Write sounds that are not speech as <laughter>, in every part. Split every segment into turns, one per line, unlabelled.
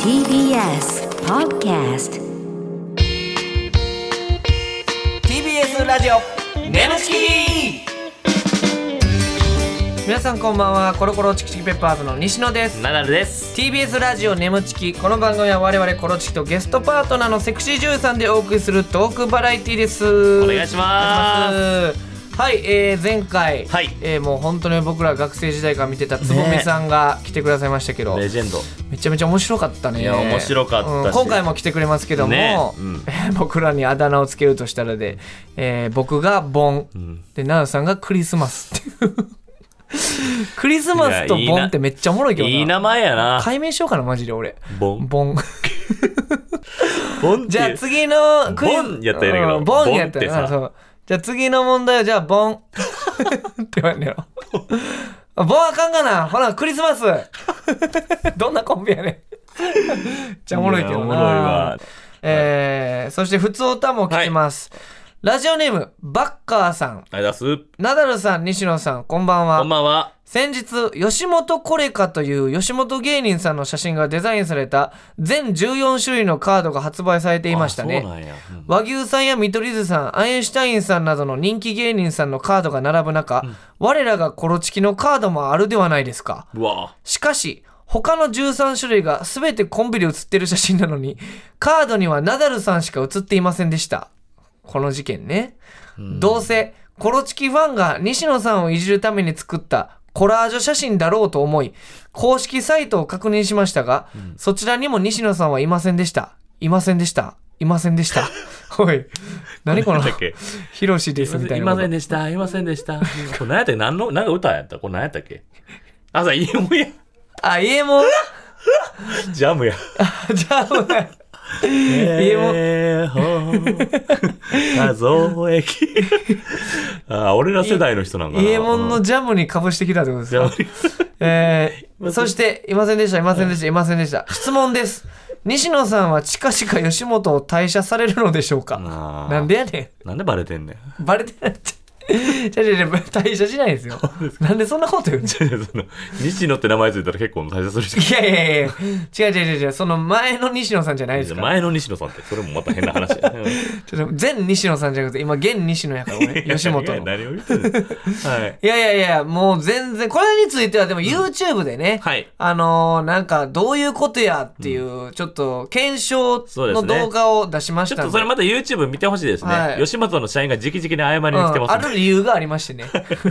TBS Podcast
TBS ラジオネムチキ
皆さんこんばんはコロコロチキチキペッパーズの西野です
ナダルです
TBS ラジオネムチキこの番組は我々コロチキとゲストパートナーのセクシー女優さんでお送りするトークバラエティです
お願いしま
お
す
願いしますはい、えー、前回、
はい
えーもう本当に僕ら学生時代から見てたつぼみさんが来てくださいましたけど、
レジェンド
めちゃめちゃ面白かったね
いや面白かったし
うん今回も来てくれますけども、
ねうん
<laughs> 僕らにあだ名をつけるとしたらで、えー僕がボン、で奈良さんがクリスマスっていう <laughs> クリスマスと
いやいい
ボン
な
ってめっちゃおもろいけどない
い名前やな
解明しようかなマジで俺
ボン <laughs>
ボン
ボン
じゃあ次のクイズ
ボンやったらいいんだけど
うんボンやったら
ボンってさ
うんそうじゃあ次の問題はじゃあボンって言われんだよボンあかんかなほらクリスマスどんなコンビやねんめっちゃおもろいけどな
おもろいわ
えーそして普通歌も聞きます、ラジオネームバッカーさん
ありがとうございます
ナダルさん西野さんこんばんは
こんばんは
先日吉本コレカという吉本芸人さんの写真がデザインされた全14種類のカードが発売されていました
あそう
ね
なんやうん
和牛さんや見取り図さんアインシュタインさんなどの人気芸人さんのカードが並ぶ中、我らがコロチキのカードもあるではないですか
うわ
しかし他の13種類が全てコンビで写ってる写真なのにカードにはナダルさんしか写っていませんでしたこの事件ね、どうせコロチキファンが西野さんをいじるために作ったコラージュ写真だろうと思い公式サイトを確認しましたが、そちらにも西野さんはいませんでしたいませんでしたいませんでした
<laughs>
おい何この
なんだっけ
ヒロシですみたい
い
な
ま
こ
せ
と
んでしたいませんでしたこれ何やったっけ何の何か歌やったこれ何やったっけあさいいもんや
あ家も
ジャムや
じゃあお前
<laughs> え
家も
ーほー数
<laughs>
えきあ俺ら世代の人なんかな
イエモン
う
の
ん
ジャムにかぶしてきたってことです
ジ
か
ャム
えーそして、いませんでした、いませんでした、いませんでした。質問です。西野さんは近々吉本を退社されるのでしょうか
あー
なんでやね
なんでバレてんねん
ん。バレてないっちゃ。じゃじゃじゃ、退社しないですよ。なんでそんなこと言うんじゃ。
いや <laughs> その西野って名前ついたら結構大切する人
いやいやいや違う違う違う違う、その前の西野さんじゃないですから。
前の西野さんってそれもまた変な話や
ちょっと前西野さんじゃなくて、今現西野やから俺、 <laughs> 吉本
いや <laughs>
の。
何を言ってんのはい
いやいやいや、もう全然、これについてはでも YouTube でね、
はい
あのーなんかどういうことやっていう、ちょっと検証
そうで
の
すね
動画を出しま
ち
し
ょったと
ん
そ
で。
れまた YouTube 見てほしいですね、
はい
吉本の社員が直々に謝りに来て
うんあ
ます、ね
る理由がありましてね、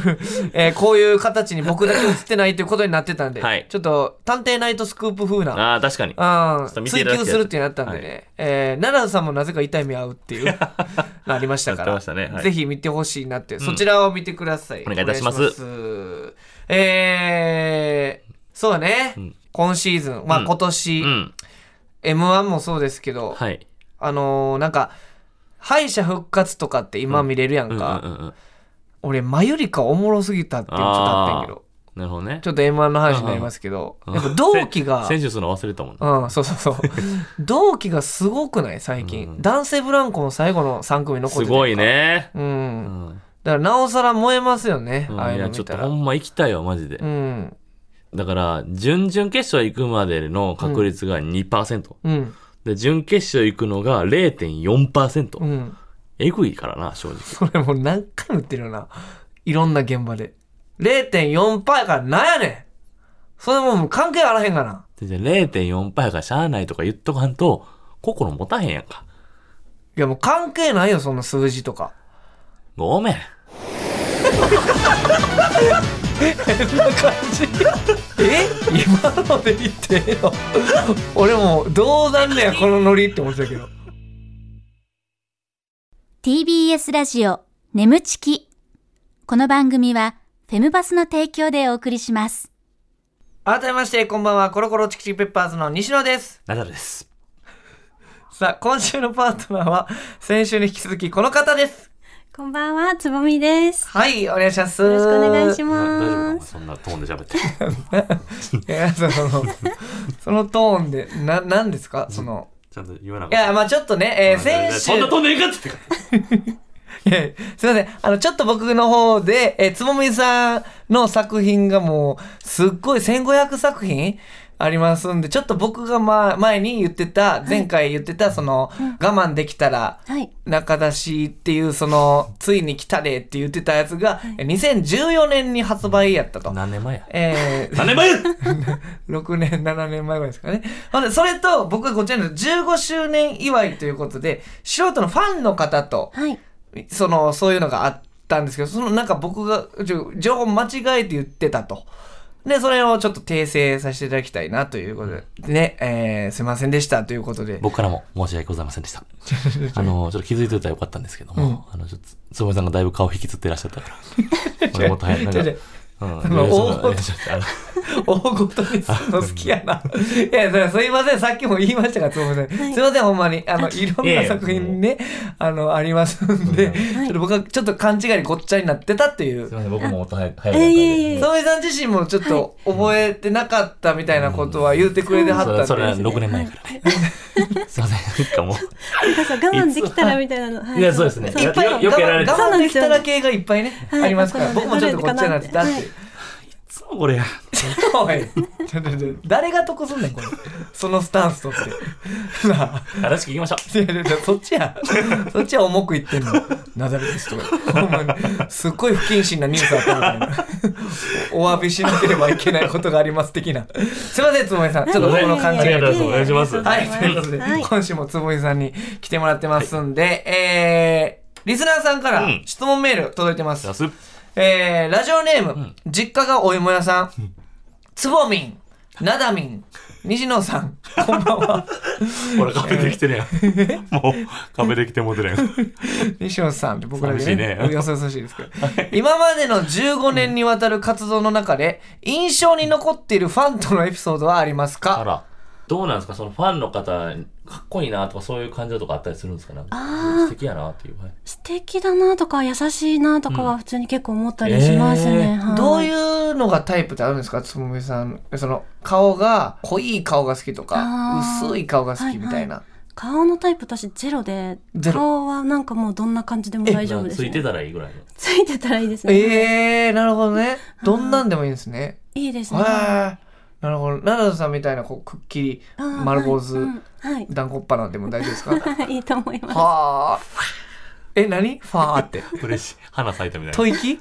<laughs> えーこういう形に僕だけ映ってないということになってたんで、
はい
ちょっと「探偵ナイトスクープ」風な、
ああ確かに
うん
っと見て
追
いただきたい
求するっていうのあったんでね、えー奈良さんもなぜか痛い目合うっていう
<laughs>
のありましたか
やって
ら
ましたねはい
ぜひ見てほしいなって、そちらを見てください
お願いいたします
お願いしますえー、そうだね、今シーズンまあ
うん
今年、
うん
m 1もそうですけど、
はい
あのーなんか敗者復活とかって今見れるやんか、
うんうんうんうん
俺マユリカおもろすぎたっていうのちょっとあったんやけど
なるほどね
ちょっと m 1の話になりますけど、
うん
やっぱ同期が
せ先週するの忘れたもんな
うん、そうそう
<laughs>
そう。同期がすごくない最近、男性ブランコの最後の3組残って
す
た
ごい。ね
う。
うんん、
だからなおさら燃えますよね。
うん
ああい
いうや
の見
ちょっと
た
ほ
ら。
んま行きたいわマジで、
うん。
だから準々決勝行くまでの確率が2%、
うん。
で準決勝行くのが0.4%、
うん。
えぐいからな正直
それもう何回も言ってるよな。いろんな現場で。0.4%パーやからなんやねんそれもう関係あらへんがな。
でじゃあ0.4%やからしゃあないとか言っとかんと心持たへんやんか
いやもう関係ないよ、その数字とか。
ごめん
感じえ <laughs> 今ので言ってよ俺もうどうなんねやこのノリって思ってたけど
TBS ラジオ眠ちきこの番組はフェムバスの提供でお送りします
改めましてこんばんはコロコロチキチキペッパーズの西野です
ナダルです
さあ今週のパートナーは先週に引き続きこの方です
こんばんは、つぼみです。
はいお願いします
よろしくお願いし
な大丈夫かお
ま
前
す。
そんなトーンで喋って
いやそのそのトーンでな何ですかその
ちゃんと言わなかっ
い
た
やまあちょっとね、えー、先週
そんなトーンでいいかって
いやいやすいません。あの、ちょっと僕の方で、えーつぼみさんの作品がもう、すっごい1500作品ありますんで、ちょっと僕が、まあ、前に言ってた、前回言ってた、その、我慢できたら、
はい。
中出しっていう、その、ついに来たれって言ってたやつが、2014年に発売やったと。
何年前や
えー
何年前や
6年、7年前ぐらいですかね。ほんで、それと、僕がこちらの15周年祝いということで、素人のファンの方と、
はい。
その、そういうのがあったんですけど、そのなんか僕が、ちょ情報間違えて言ってたと。で、それをちょっと訂正させていただきたいなということで、ね、えーすいませんでしたということで。
僕からも申し訳ございませんでした。あの、ちょっと気づいておいたらよかったんですけども、あの、ちょっと、つぼみさんがだいぶ顔引きつってらっしゃったから。俺もっと早い。なんか
ちょちょ
うん
あの
いろいろ
大
そうちょっとあの
<laughs> 大ごとにするの好きやな。いや、だからすいません、さっきも言いましたが、つぼみさん。すいません、ほんまに。あの、いろ
い
んな
やいや
作品ね、あの、ありますんで、
ん
ちょっと僕はちょっと勘違いでごっちゃになってたっていう
すい。ません、僕ももっと早い。
えいえい
早
え
い
い
つぼみさん自身もちょっと覚えてなかったみたいなことは言うてくれてはっ
それ
た
そ
ん
れは
で。
6年前からね。
<laughs>
すいません、なんかもう。
なんかさ、我慢できたらみたいなの。はい
や、そうですね。
い
よ
っぱい
よよくやられて
我
る。
慢我慢できたら系がいっぱいね、
はい
ありますから
そうな
僕
んで
も
す
ちょっとこっちになってたって。
はいいう
そうこれや。
<laughs> おいちょちょちょ誰が得すんねんこれそのスタンスとって <laughs> なあ
正しくいきましょ
いやいやいやそっち
<laughs>
やそっちは重く言ってんのなだれですとかほんまにすっごい不謹慎なニュースあったみたいなお詫びしなければいけないことがあります的なすいませんつもりさんちょっと
う。
僕の
感
勘
じ
違
あり
い
がとうございます。お願いしま
は
す。
は
い、ということで、
はい
今週も坪井さんに来てもらってますんで、えー、リスナーさんから
うん
質問メール届いてます。
安っ
えー、ラジオネーム、実家がお芋屋さん、つぼみん、なだみん、西野さん、こんばんは。
俺カフェできてるやん。もうカフェできてもうてるやん。
西野さんって僕らで
寂しい
ね
ね、
よそよそしいですけど。今までの15年にわたる活動の中で、印象に残っているファンとのエピソードはあります
あ
か
ら。どうなんですかそのファンの方、かっこいいなとかそういう感情とかあったりするんですかなんか素敵やなっていう。はい
素敵だなとか、優しいなとかは普通に結構思ったりします
え
ね。は
どういうのがタイプってあるんですかつぼみさん。その、顔が、濃い顔が好きとか
あ、ー
薄い顔が好きみたいな。
顔のタイプ私ゼロで、
ゼロ
顔はなんかもうどんな感じでも大丈夫です、
つ
ね。
いてたらいいぐらいの。
ついてたらいいですね。
ええー、なるほどね。どんなんでもいいんですね。
いいです
へえ
ね。
ー、なるほど。奈良田さんみたいな、こう、くっきり、
あー
丸坊
はい
主
う、ん
<laughs>
はい。
団子っぱなんでも大丈夫ですか
いいと思います。
はあ。え、何ファーって。
嬉しい。花咲いたみたい
吐
な。
息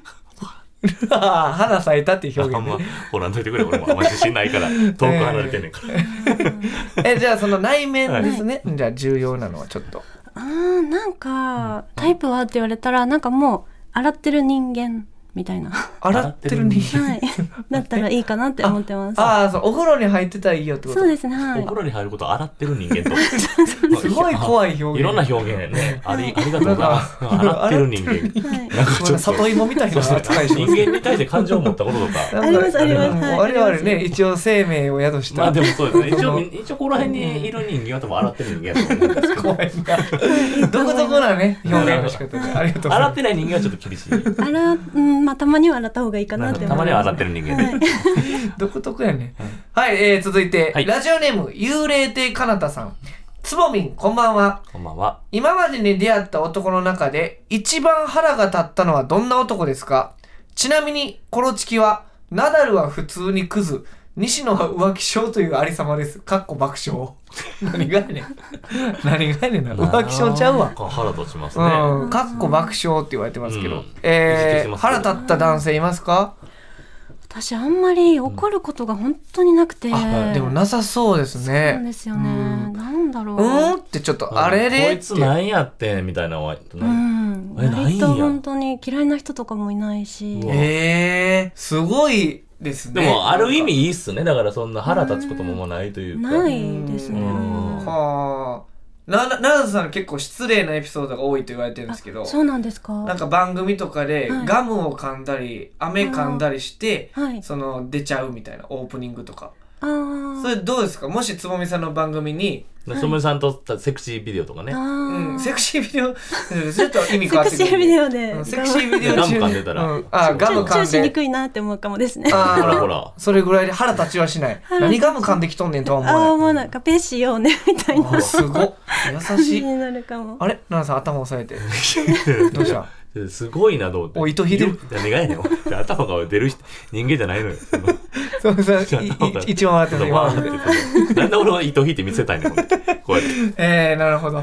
ああ、花咲いたっていう表
<laughs> あん
現ね
ま、おらんといてくれ。俺もあんま自信ないから。遠く離れてんねんから。
え、じゃあその内面ですね。じゃあ重要なのはちょっと。
あーなんか、タイプはって言われたらなんかもう洗ってる人間みたいなは
洗ってる人間。 <laughs>
いだったらいいかなって思ってます
ああ、そう、お風呂に入ってたらいいよってこと
そうですねは
お
い
風呂に入ること洗ってる人間と。
すごい怖い表現
いろんな表現ね。あり、ありがとうございます。
なんか
洗ってる人間。
はい
なんかちょっと。
里芋みたいな
そう
扱いし
人
ます。
間に対して感情を持ったこと
<laughs>
とか。
ありますありますはい
我々
あります
ね、一応生命を宿した。
まあでもそうですね。一
そ
応、
の
一応ここら辺にいる人間は多分洗ってる人間だと思うんですけど。
怖いな。独特なね、表現の仕方で。ありがとうござい
洗
ま
ってない人間はちょっと厳しい。
洗ううんまあたまには洗った方がいいかなって思い
たまには
ます
洗ってる人間で。
す。独特やね。はい、えー続いて
は、い
ラジオネーム、幽霊亭かなたさん。つぼみん、こんばんは。
こんばんは。
今までに出会った男の中で、一番腹が立ったのはどんな男ですかちなみに、コロチキは、ナダルは普通にクズ、西野は浮気症というありさまです。かっこ爆笑。
<laughs>
何がやねん。何がやねんな。 <laughs> 浮気症ちゃうわ。
腹立ちますね。
うん、かっこ爆笑って言われてますけど、
うんいじっ
え
てき
ー、
ます
腹立った男性いますか、
私あんまり怒ることが本当になくて、
でもなさそうです
そうなん
ね
ですよね、なんだろ
う
う、
んってちょっとあれ
こ
れ
い
って
つなんやってんみたいなのは
う
ない。
ん、
えないん
割
や
と本当に嫌いな人とかもいないし
うわ
えー、すごいです
で
ね
も、ある意味いいっすね。だからそんな腹立つことももうないというか。
ないですね、
うん
うん
はあなななずさん結構失礼なエピソードが多いと言われてるんですけど
そうなんですか
なんか番組とかで
はい
ガムを噛んだり飴噛んだりして、
はい
その出ちゃうみたいなオープニングとか
あー
それどうですかもしつぼみさんの番組に
でそむさんとセクシービデオとかね
あ。
う
<laughs>
ん、
ー
セクシービデオ、 <laughs> ちょっと意味変わ
セ
って
ク
くる
シービデオで、
うんセクシービデオ中
ガム噛んでたら
うんあ、ガ
ち
ム
ょ
噛
注
ん
しに
で。
くいなって思うかもですね。あ
あ
ほらほら。
それぐらいで腹立ちはしない。何ガム噛んできとんねんとは思
あー、
わ
もうなんかペしようねみたいな
ない。あすごっ。優
感
し
じ
い。
になるかも。
あれ奈々さん頭押さえて。どうした
すごいなと思って。
お糸引いてる <laughs>
よ。何がやねん。おい頭が出る人人間じゃないのよ。
<laughs> そうそういい一番笑ってた今
わーってなんで俺は糸引いて見せたいのこれこうやって
えー、なるほど。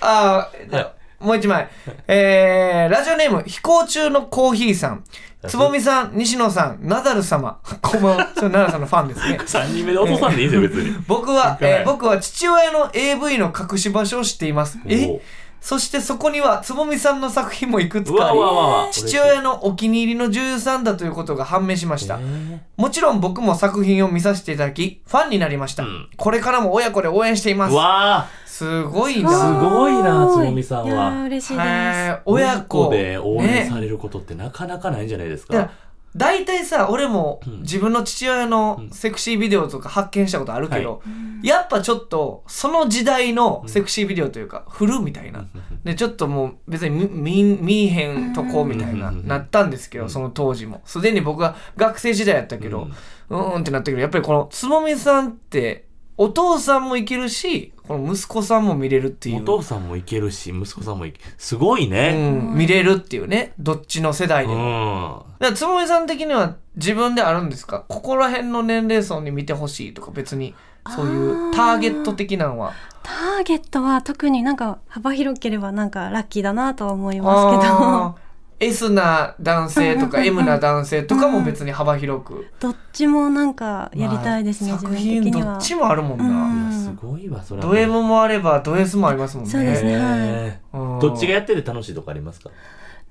あーじゃあ、もう一枚。えー、ラジオネーム、飛行中のコーヒーさん。つぼみさん、西野さん、ナダル様。こんばん <laughs> は。それナダルさんのファンですね。
3人目で落とさんでいいですよ別に
僕は、
はい
えー僕は父親の AV の隠し場所を知っています。
お
え
う
そしてそこには、つぼみさんの作品もいくつ
う
か
わ
あ
う
り、
わうわうわ
父親のお気に入りの女優さんだということが判明しました。もちろん僕も作品を見させていただき、ファンになりました。
うん
これからも親子で応援していま
う
す。
わ
すごい
ーす
な。
ごいなつ
すご
ぼみさん
いやー
は
嬉しいです。
はい、親子
で応援さ
ね
れることってなかなかないんじゃないです
だから
か
大体さ俺も
うん
自分の父親の
うん
セクシービデオとか発見したことあるけど、やっぱちょっとその時代のセクシービデオというか、古みたいな。でちょっともう別に見見見えへんとこみたいな、
うん
なったんですけど、
うん
その当時もすでに僕が学生時代やったけど、うん、ーんってなったけどやっぱりこのつぼみさんってお父さんもいけるしこの息子さんも見れるってい
お
う
父さんもいけるし息子さんもいけすごいね
うん、見れるっていうねどっちの世代
う
でも。
ん
だからつぼみさん的には自分であるんですかここら辺の年齢層に見てほしいとか別にそういうターゲット的なのは
ターゲットは特になんか幅広ければなんかラッキーだなとは思いますけ
あ
ど、
ー S な男性と
う
か
<laughs> んうんうん
M な男性とかも別に幅広く
<laughs> どっちもなんか <laughs> やりたいですね、
まあ作
自分的
品
に
ど
は
っ。ちもあるもんな、
うん
すごいわそれは
ド M もあればド S もありますもんね
そうですね
ね
うん
どっちがやってて楽しいとかありますか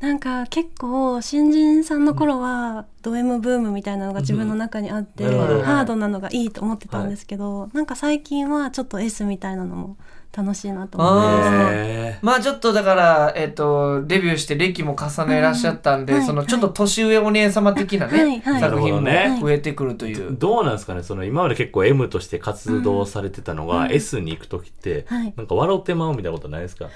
なんか結構新人さんの頃はド M ブームみたいなのが自分の中にあって、
うんなるほど
ハードなのがいいと思ってたんですけど、なんか最近はちょっと S みたいなのも楽しいなと思って。
あー
ね
まあちょっとだから、えっとデビューして歴も重ねらっしゃったんで、
うんはい
そのちょっと年上お姉様的なね、
はいはい
作品も
なるほどね
増えてくるという、
どうなんですかねその今まで結構 M として活動されてたのが S に行く時って
はい
なんか笑ってまうみたいなことないですか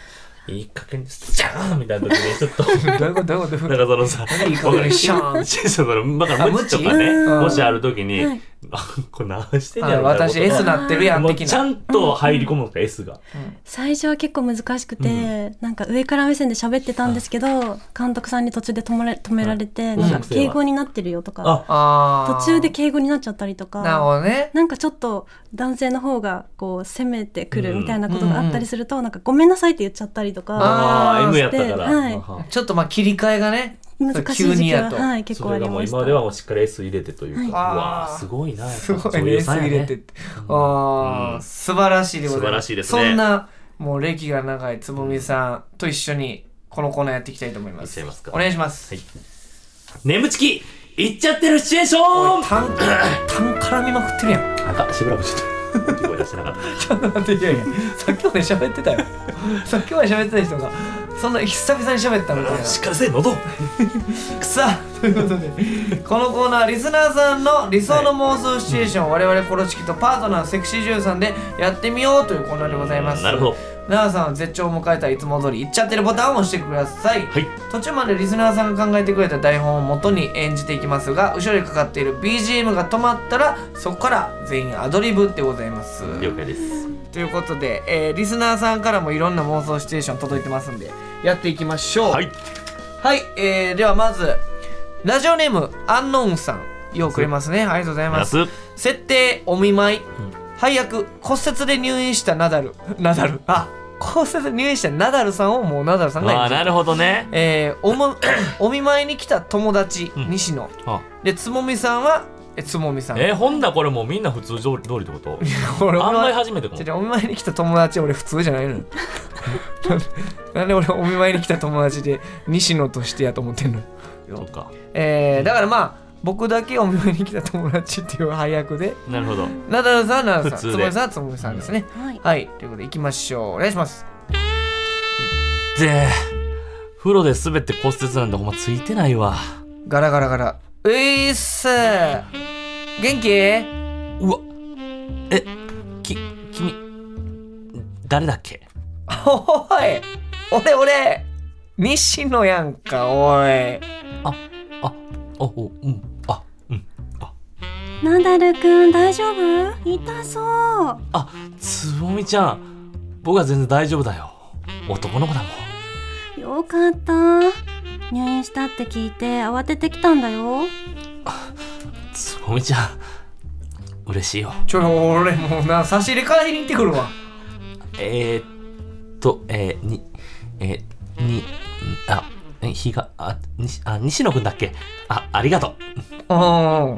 いい加減にスチャーンみたいな時にちょっと
どういうことどういうこと
なんかそのさ、
いい加減にシャーン
わかるシャーンだから <laughs> 無知とかね、
あ無知
うん
もしある時に、
はい
あこれ何してん
あ
やろみたいなこと
私 S なってるやん
もう
的
ちゃ
なん
と入り込むんですか、S が。
最初は結構難しくて、なんか上から目線で喋ってたんですけど監督さんに途中で止まれ止められて、
うん
なんか敬語になってるよとか
あ
あー
途中で敬語になっちゃったりとか
なるほどね
なんかちょっと男性の方がこう攻めてくるみたいなことがあったりすると、なんかごめんなさいって言っちゃったりとか、
あ
あー
ー M やったから。
はい
あは
ちょっとまあ切り替えがね
難しい時期
急にや
は、
と
はい、結
そ
構あ
れが
り
もう
まし
今では
た。
もうしっかり S 入れてというか、
はいう
わ
あー
ーすごいなやっぱ
すごい
女
ね
優
S
さんや
入れてってあ
う
ー
ん
素晴らしいでございます
素晴らしいですね
そんなもう歴が長いつぼみさんと一緒にこのコーナーやっていきたいと思いま
いっち
す
ゃいますか
お願いします、
はい眠ちきいっちゃってるシチュエーション
タンタン絡みまくってるやん
あかんしばらくちょっと聞こえ出してなかった
ちょっと待 <laughs> っていやいやさっきまで喋ってたよさっきまで喋ってた人がそんな久々に喋ったみたいな
<laughs> しっかりせえ喉
さあということでこのコーナーリスナーさんの理想の妄想シチュエーション、我々コロチキとパートナーセクシー女優さんでやってみようというコーナーでございます
なるほど
奈良さんは絶頂を迎えたらいつも通り「いっちゃってる」ボタンを押してください、
はい
途中までリスナーさんが考えてくれた台本を元に演じていきますが後ろにかかっている BGM が止まったらそこから全員アドリブでございます
了解です
ということで、えーリスナーさんからもいろんな妄想シチュエーション届いてますんでやっていきましょう
はい
はい、えー、ではまずラジオネームアンノンさんようくれますねありがとうございます
夏
設定お見舞い、配役骨折で入院したナダルナダルあ骨折で入院したナダルさんをもうナダルさんが
あ
演
あ
じる
なるほどね
えーおもお見舞いに来た友達、
うん
西野
あ
でつもみさんはえつもみさん
えー、ほんだこれもうみんな普通通り通りってこと
俺
あんまり
は
初めてかも
ちょちょお見舞いに来た友達俺普通じゃないのよなんでなんで俺お見舞いに来た友達で西野としてやと思ってんの
そっか
えー、だからまあ僕だけお見舞いに来た友達っていう配役で
なるほど
ナダルさんナダルさん
普
つ
通で
ぼみさんはつぼみさんですね、
はい
はいということでいきましょうお願いします
で風呂で全て骨折なんてほんまついてないわ
ガラガラガラういっす元気
うわえき君誰だっけ
おい俺俺西野やんかおい
あおおうんあうん
ナダルくん大丈夫痛そう。
あつぼみちゃん僕は全然大丈夫だよ男の子だもん
よかった。入院したって聞いて慌ててきたんだよ。
つぼもみちゃん、嬉しいよ。
ちょ、俺もうな、差し入れ買いに行ってくるわ。
えー、っと、えー、に、えー、に、んあ、え、日が、あ、にあ西野くんだっけあ、ありがと
う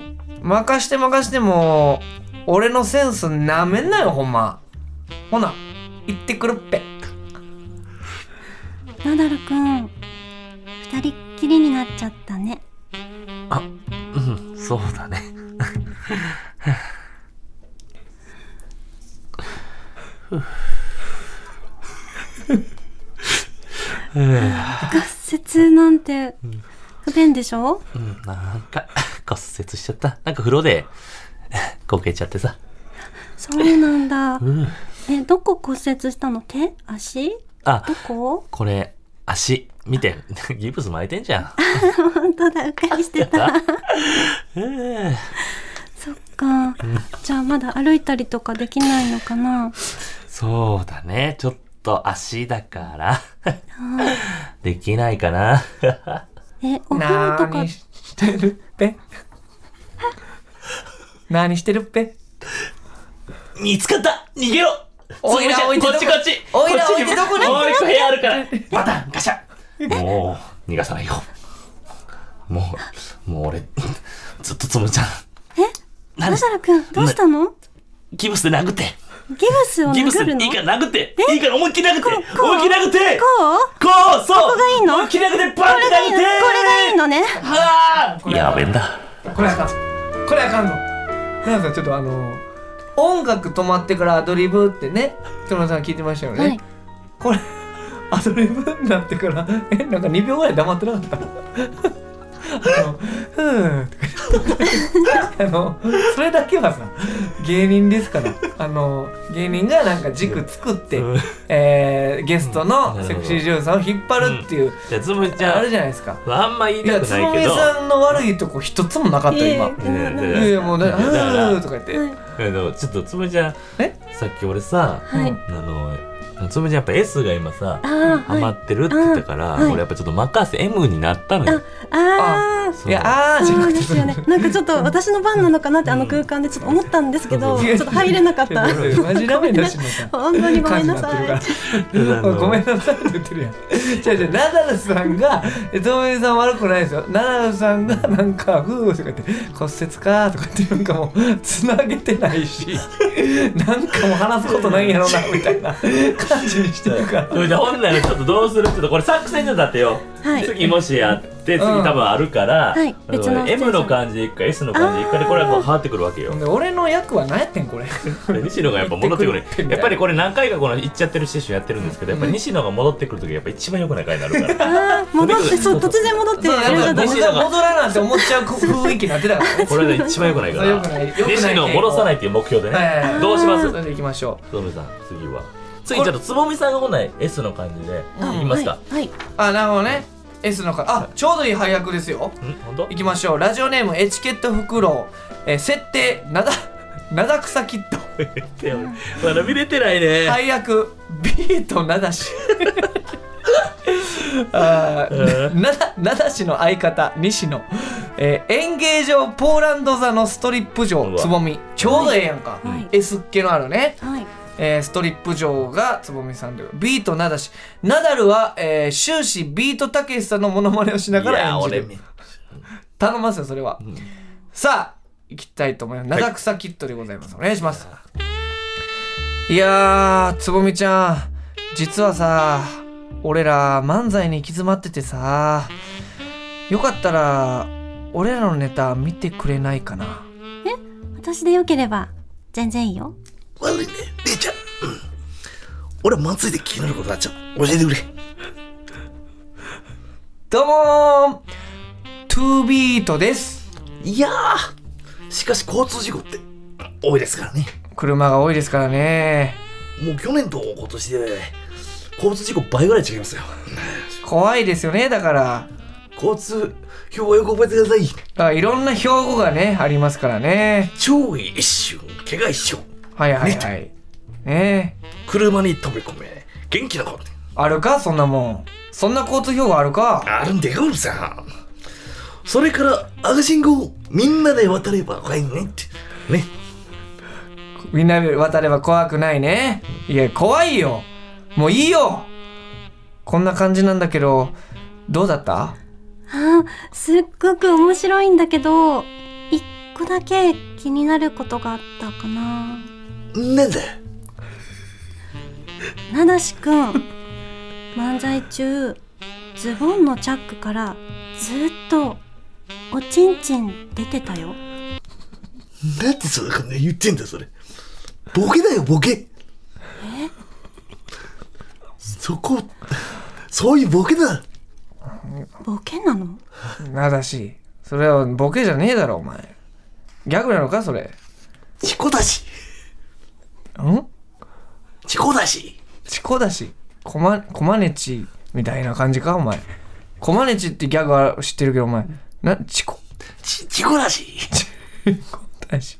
ん。任して任しても、俺のセンスなめんなよ、ほんま。ほな、行ってくるっぺ。
ナダルくん、二人っきりになっちゃったね。
う。うん、そうだね。
骨折なんて、不便でしょ
うん、なんか、骨折しちゃった。なんか風呂で、 <laughs> こけちゃってさ。
そうなんだ。
うん。
え、どこ骨折したの手足
あ、
ど
<laughs>
こ
これ、足、見て、 <laughs> ギブス巻いてんじゃん。
本当だ、うっかりし
<laughs>
てた。
えー
そっか。じゃあまだ歩いたりとかできないのかな
そうだね。ちょっと足だから。できないかな。
え、お風呂
な
と
ー
か
に、してるっぺ。なーにしてるっぺ。
<laughs> 見つかった逃げろ
おいら
つぶし
置いてどこ
こっちこっち
おいら
こっ
置
ち
いてどこに
もう一個部屋あるからバタンガシャもう逃がさないよもうもう俺ずっとつむちゃんえ
ナ
何
ダルくん、どうしたの
ギブスで殴って
ギブスを
ギブスい
殴るの
いから殴っていいから思いっきり殴って
こう
思いっきり殴って
こう
こうそうこ
こがいいの
思いっきり殴ってバンって
これがいい
殴って
のこれがいいのね。
はあやべんだ
これあかん。これあかんの。なーさん、ちょっとあのー、音楽止まってからアドリブってね、友野さん聞いてましたよね。
はい。
これ、アドリブになってから、え、なんか2秒ぐらい黙ってなかった。 <laughs> あの、ふーん <laughs> とか言って。あの、それだけはさ、芸人ですから、あの、芸人がなんか軸作って、
うん
えー、ゲスト
う
の
ん
セクシー女優さんを引っ張るっていう、
じゃあつむち
あ
ゃ
る
ん
じゃないですか。
あんま言い
いや、
たく
つ
ない
ぼ
け
み
ど
さんの悪いとこ一つもなかった、
え
今。
えなな
え
いやいや、もうだ、
だから
うーんとか言って。
は
えっとちょっとつむちゃん
え
さっき俺さ
いは
う
い。
ん
あのつむちゃんやっぱ S が今さ
ああ、
ハマ
はい。
ってるって言ったから、
うんはい
俺やっぱちょっと任せ M になったのよ。
ああ。
そう
いや、あーじゃな
そう
く
で
て
すよね。なんかちょっと私の番なのかなってあの空間でちょっと思ったんですけど、
うん
ちょっと入れなかっ
いや
た。
いやいやマジダメだしもさん。
本当にごめんなさい。
い <laughs> ごめんなさいって言ってるやん。じゃじゃナダルさんが、え、トメさん悪くないですよ。ナダルさんがなんか、ふーとか言って、骨折かーとか言って、なんかもう、つなげてないし、なんかもう話すことないんやろな、みたいな感じにしてるから。
じゃあ本来のちょっとどうするちょっとこれ作戦じゃだってよ、
はい
次もしやって次
うん
多分あるから、
はい
あの
別の
M の感じでいくか S の感じでいくかでこれはこう変わってくるわけよ
で俺の役は何やってん、これ。
で西野がやっぱ戻ってくる
ってくるって
やっぱりこれ何回かこの行っちゃってるシチューやってるんですけどやっぱり西野が戻ってくる時やっぱ一番良くない回になるから
ああ、戻って、そう、突然戻って
そう
やるじ
だ
ゃな
から
いです
僕
か。
が戻らなんて思っちゃう <laughs> 雰囲気になってたから
<laughs>
ね。
これが一番良くないか
そう
ら
良くない良くない
西野を戻さないっていう目標でね、
はい
どうします
それで行きましょう。
つぼみさん次は次ちょっとつぼみさんが本来 S の感じで
うん
いきますか、
はい。はい
あ、なるほどね。S のか、あ、ちょうどいい配役ですよ。
ん本当
いき
<laughs>
ましょうラジオネームエチケットフクロウ、えー設定なだ灘草キッド
って俺まだ見れてないね、
配役ビートなだし <laughs> あーなだなだしの相方西野、えー、演芸場ポーランド座のストリップ
う
場
わ
つぼみちょうどええやんか、
はい
S っ気のあるね、
はい。
えーストリップ嬢がつぼみさんでビートなだしナダルは、えー終始ビートたけしさんのモノマネをしないがら
や
演じ
俺
る頼みますよそれは、
ん
さあ行きたいと思います長草キットでございます、お願いしますいやーつぼみちゃん実はさ俺ら漫才に行き詰まっててさよかったら俺らのネタ見てくれないかな
私でよければ、全然いいよ。
悪いね、姉ちゃん。うん俺はまずいで気になることがあっちゃう。教えてくれ。
どうもートゥービートです
いやー、しかし交通事故って多いですからね。
車が多いですからね
もう去年と今年で交通事故倍ぐらい違いますよ。
怖いですよねだから
交通表はよく覚えてください。
だからいろんな標語がねありますからね
上位一瞬、怪我一生。
はいはいはいねえ
車に飛び込め。元気な子って
あるかそんなもんそんな交通標語あるか
あるんでよ、さん。それから赤信号をみんなで渡れば怖いねってね
みんなで渡れば怖くないねいや怖いよもういいよこんな感じなんだけどどうだった
あすっごく面白いんだけど一個だけ気になることがあったかな
なんだ
なだし
<laughs>
くん漫才中ズボンのチャックからずっとおちんちん出てたよ
なんでそんなこと言ってんだそれボケだよボケそこそういうボケだ
ボケなの
なだしそれはボケじゃねえだろお前ギャグなのかそれ
チコだし
ん
チコだし
チコだしコマコマネチみたいな感じかお前コマネチってギャグは知ってるけどお前なチコ
チチコだし
だし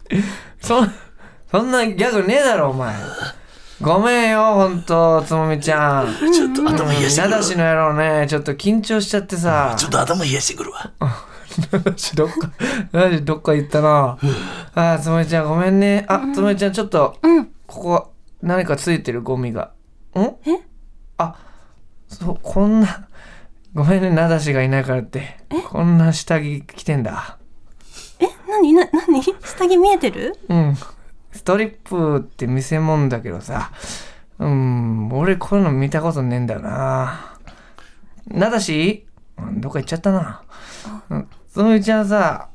そんそんなギャグねえだろお前ごめんよほんとつもみちゃん
ちょっと頭冷やして
な
くる
だ
わ
しの野郎ねちょっと緊張しちゃってさ
ちょっと頭冷やしてくるわ
どっか、なんでどっか行ったな。あー、つもりちゃんごめんね。あ、つもりちゃんちょっと、
うん
ここ、何かついてるゴミが。ん
え
あ、そう、こんな、ごめんね、なだしがいないからって。こんな下着着てんだ。
え何な何下着見えてる
うん。ストリップって見せ物だけどさ。うん、俺こういうの見たことねえんだよな。なだしうんどっか行っちゃったな。うんつもりちゃんさ、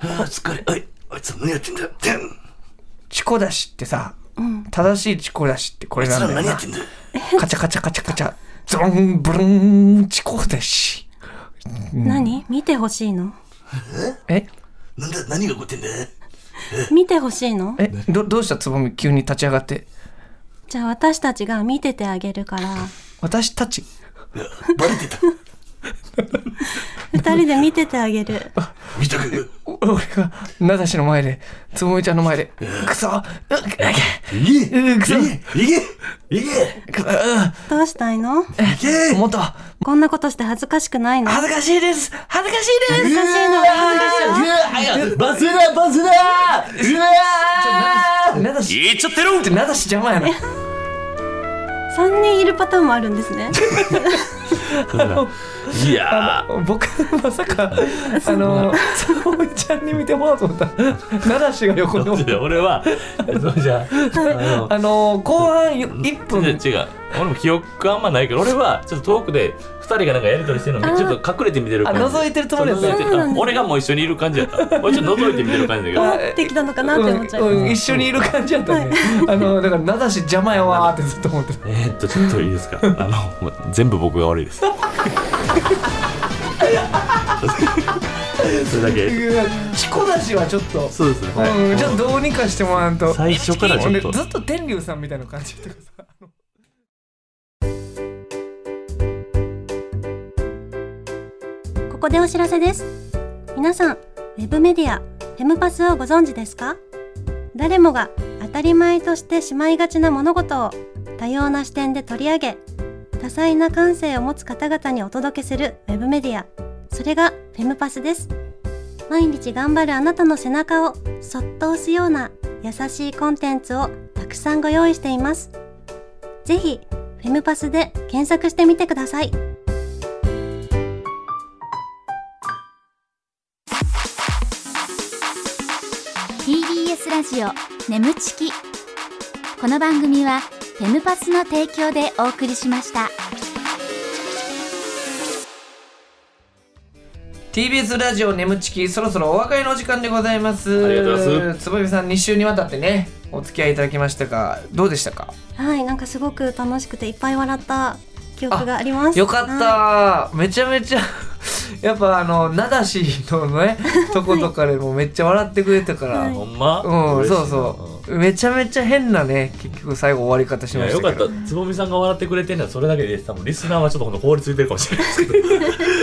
あー疲れおいあいつ何やってんだてん
チコ出しってさ、正しいチコ出しってこれ
あいつ
なんだ
ら
よ
何や
な
ってんだ
カチャカチャカチャカチャゾンブルンチコ出し
何見てほしいの
え
なんだ何が起こってんだ
見てほしいの
えどどうしたつぼみ急に立ち上がって
じゃあ私たちが見ててあげ
<laughs>
るから
私たち
バレてた
二人で見ててあげる
見たく
お俺がなだしの前でつぼみちゃんの前でクソうっうっ
いえい
うんくそ
えいえいえ
くそう
どうしたいの
いけ
うんもっと
こんなことして恥ずかしくないの
恥ずかしいです恥ずかしいです
バズだバズだうわ
なだし
言っちゃってる
ってなだし邪魔やな
三人いるパターンもあるんですね
いや
僕まさかあのつぼみちゃんに見てもらおうと思ったなだしが横におって
ー俺はそう
<laughs>
じゃあの
あのー、後半よ1分
違う違う俺も記憶あんまないけど俺はちょっと遠くで2人がなんかやり取りしてるのにちょっと隠れて見てる感じ
あ覗いてるつもりやった
そう覗いて
そうなんだ
俺がもう一緒にいる感じやった俺ちょっと覗いて見てる感じだけど
戻ってきたのかなって思っちゃ
うん
う
うん一緒にいる感じやったね、あのだから名だし邪魔やわーってずっと思
<laughs>
ってた
えーっとちょっとい
<laughs>
いですかあのもう全部僕が悪いですそれだけ
うわチコだしはちょっと
そうですね、はい
うん、ちょっとどうにかしてもらわんと
最初からちょっ
<laughs>
と
ほんでずっと天竜さんみたいな感じとかさ
ここでお知らせです。皆さん、ウェブメディア、フェムパスをご存知ですか誰もが当たり前としてしまいがちな物事を多様な視点で取り上げ、多彩な感性を持つ方々にお届けするウェブメディア、それがフェムパスです。毎日頑張るあなたの背中をそっと押すような優しいコンテンツをたくさんご用意しています。ぜひ、フェムパスで検索してみてください。
TBS ラジオ眠ちきこの番組はフェムパスの提供でお送りしました
TBS ラジオ「眠ちき」そろそろお別れの時間でございます
ありがとうございます
つぼみさん2週にわたってねお付き合いいただきましたがどうでしたか
はい、なんかすごく楽しくていっぱい笑った記憶があります。
よかった、
はい
めちゃめちゃ <laughs> やっぱあの名だしの
<laughs>
ねとことかでもめっちゃ笑ってくれたから、
ほんま
うん、
嬉しい
そ
な
うそう。めちゃめちゃ変なね、結局最後終わり方し
い
ま
や
した
よ
けど。
かったつぼみさんが笑ってくれてるのはそれだけで多分リスナーはちょっとほんと凍りついてるかもしれないで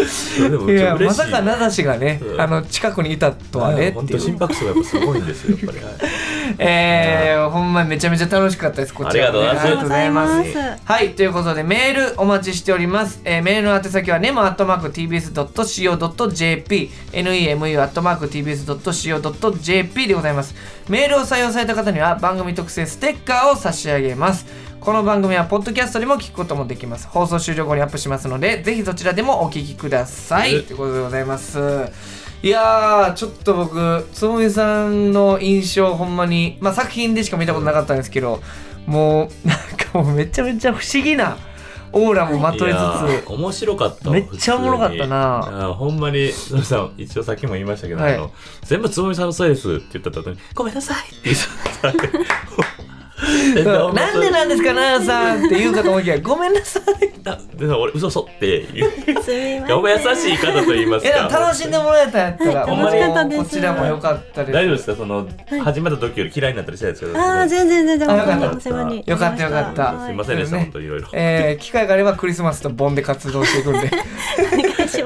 すけど <laughs> それでも
い
めっちゃ
や、
嬉しい
まさかなだしがね
う、ん
あの、近くにいたとはね、
はい
っ
本
てい
当
う
<laughs> 心拍数がやっぱすごいんですよやっぱり、はい
えー、ほんまめちゃめちゃ楽しかったですこちらもね
ありがとうご
ざいます
ありがとうございますはいということでメールお待ちしております、えー、メールの宛先は nemo.tbs.co.jp nemu.tbs.co.jp でございますメールを採用された方には番組特製ステッカーを差し上げますこの番組はポッドキャストでも聞くこともできます放送終了後にアップしますのでぜひそちらでもお聞きくださいということでございますいやーちょっと僕つぼみさんの印象ほんまに、まあ、作品でしか見たことなかったんですけどもうなんかもうめちゃめちゃ不思議なオーラもまといつ
や
つ
面白かった
めっちゃおもろかったな
普通にうんほんまにつぼみさん一応さっきも言いましたけど、
はい
あの全部つぼみさんのせいですって言った後に「ごめんなさい」って言ってた
そう <laughs> なんでなんですかなあさんって言うかと思いきやごめんなさい
<laughs> だで俺嘘嘘って言う
すみません。
お優 <laughs> しい方と言います
いや
か
でも楽しんでもらえたんやったら、
はい
楽しか
ったです
もうこちらも良かったです
大丈夫ですかその、始まった時より嫌いになったりしたんですけど
ああ、全然全然、
あよかった
本当にお世話になりました。
よかったよかった
は
すい
い
ませんでした、
はい
本当にいろいろ
えー、機会があればクリスマスと盆で活動していくんで
<laughs>
行き詰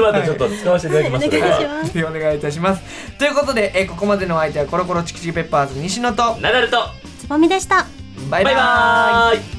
まってちょっと使わせていただきます
お願いします。
ぜ <laughs> ひお願いいたしますということで、えーここまでのお相手はコロコロチキチキペッパーズ西野と
ナダルと
つぼみでした。
バイバ
バイ
ーイ
バーイ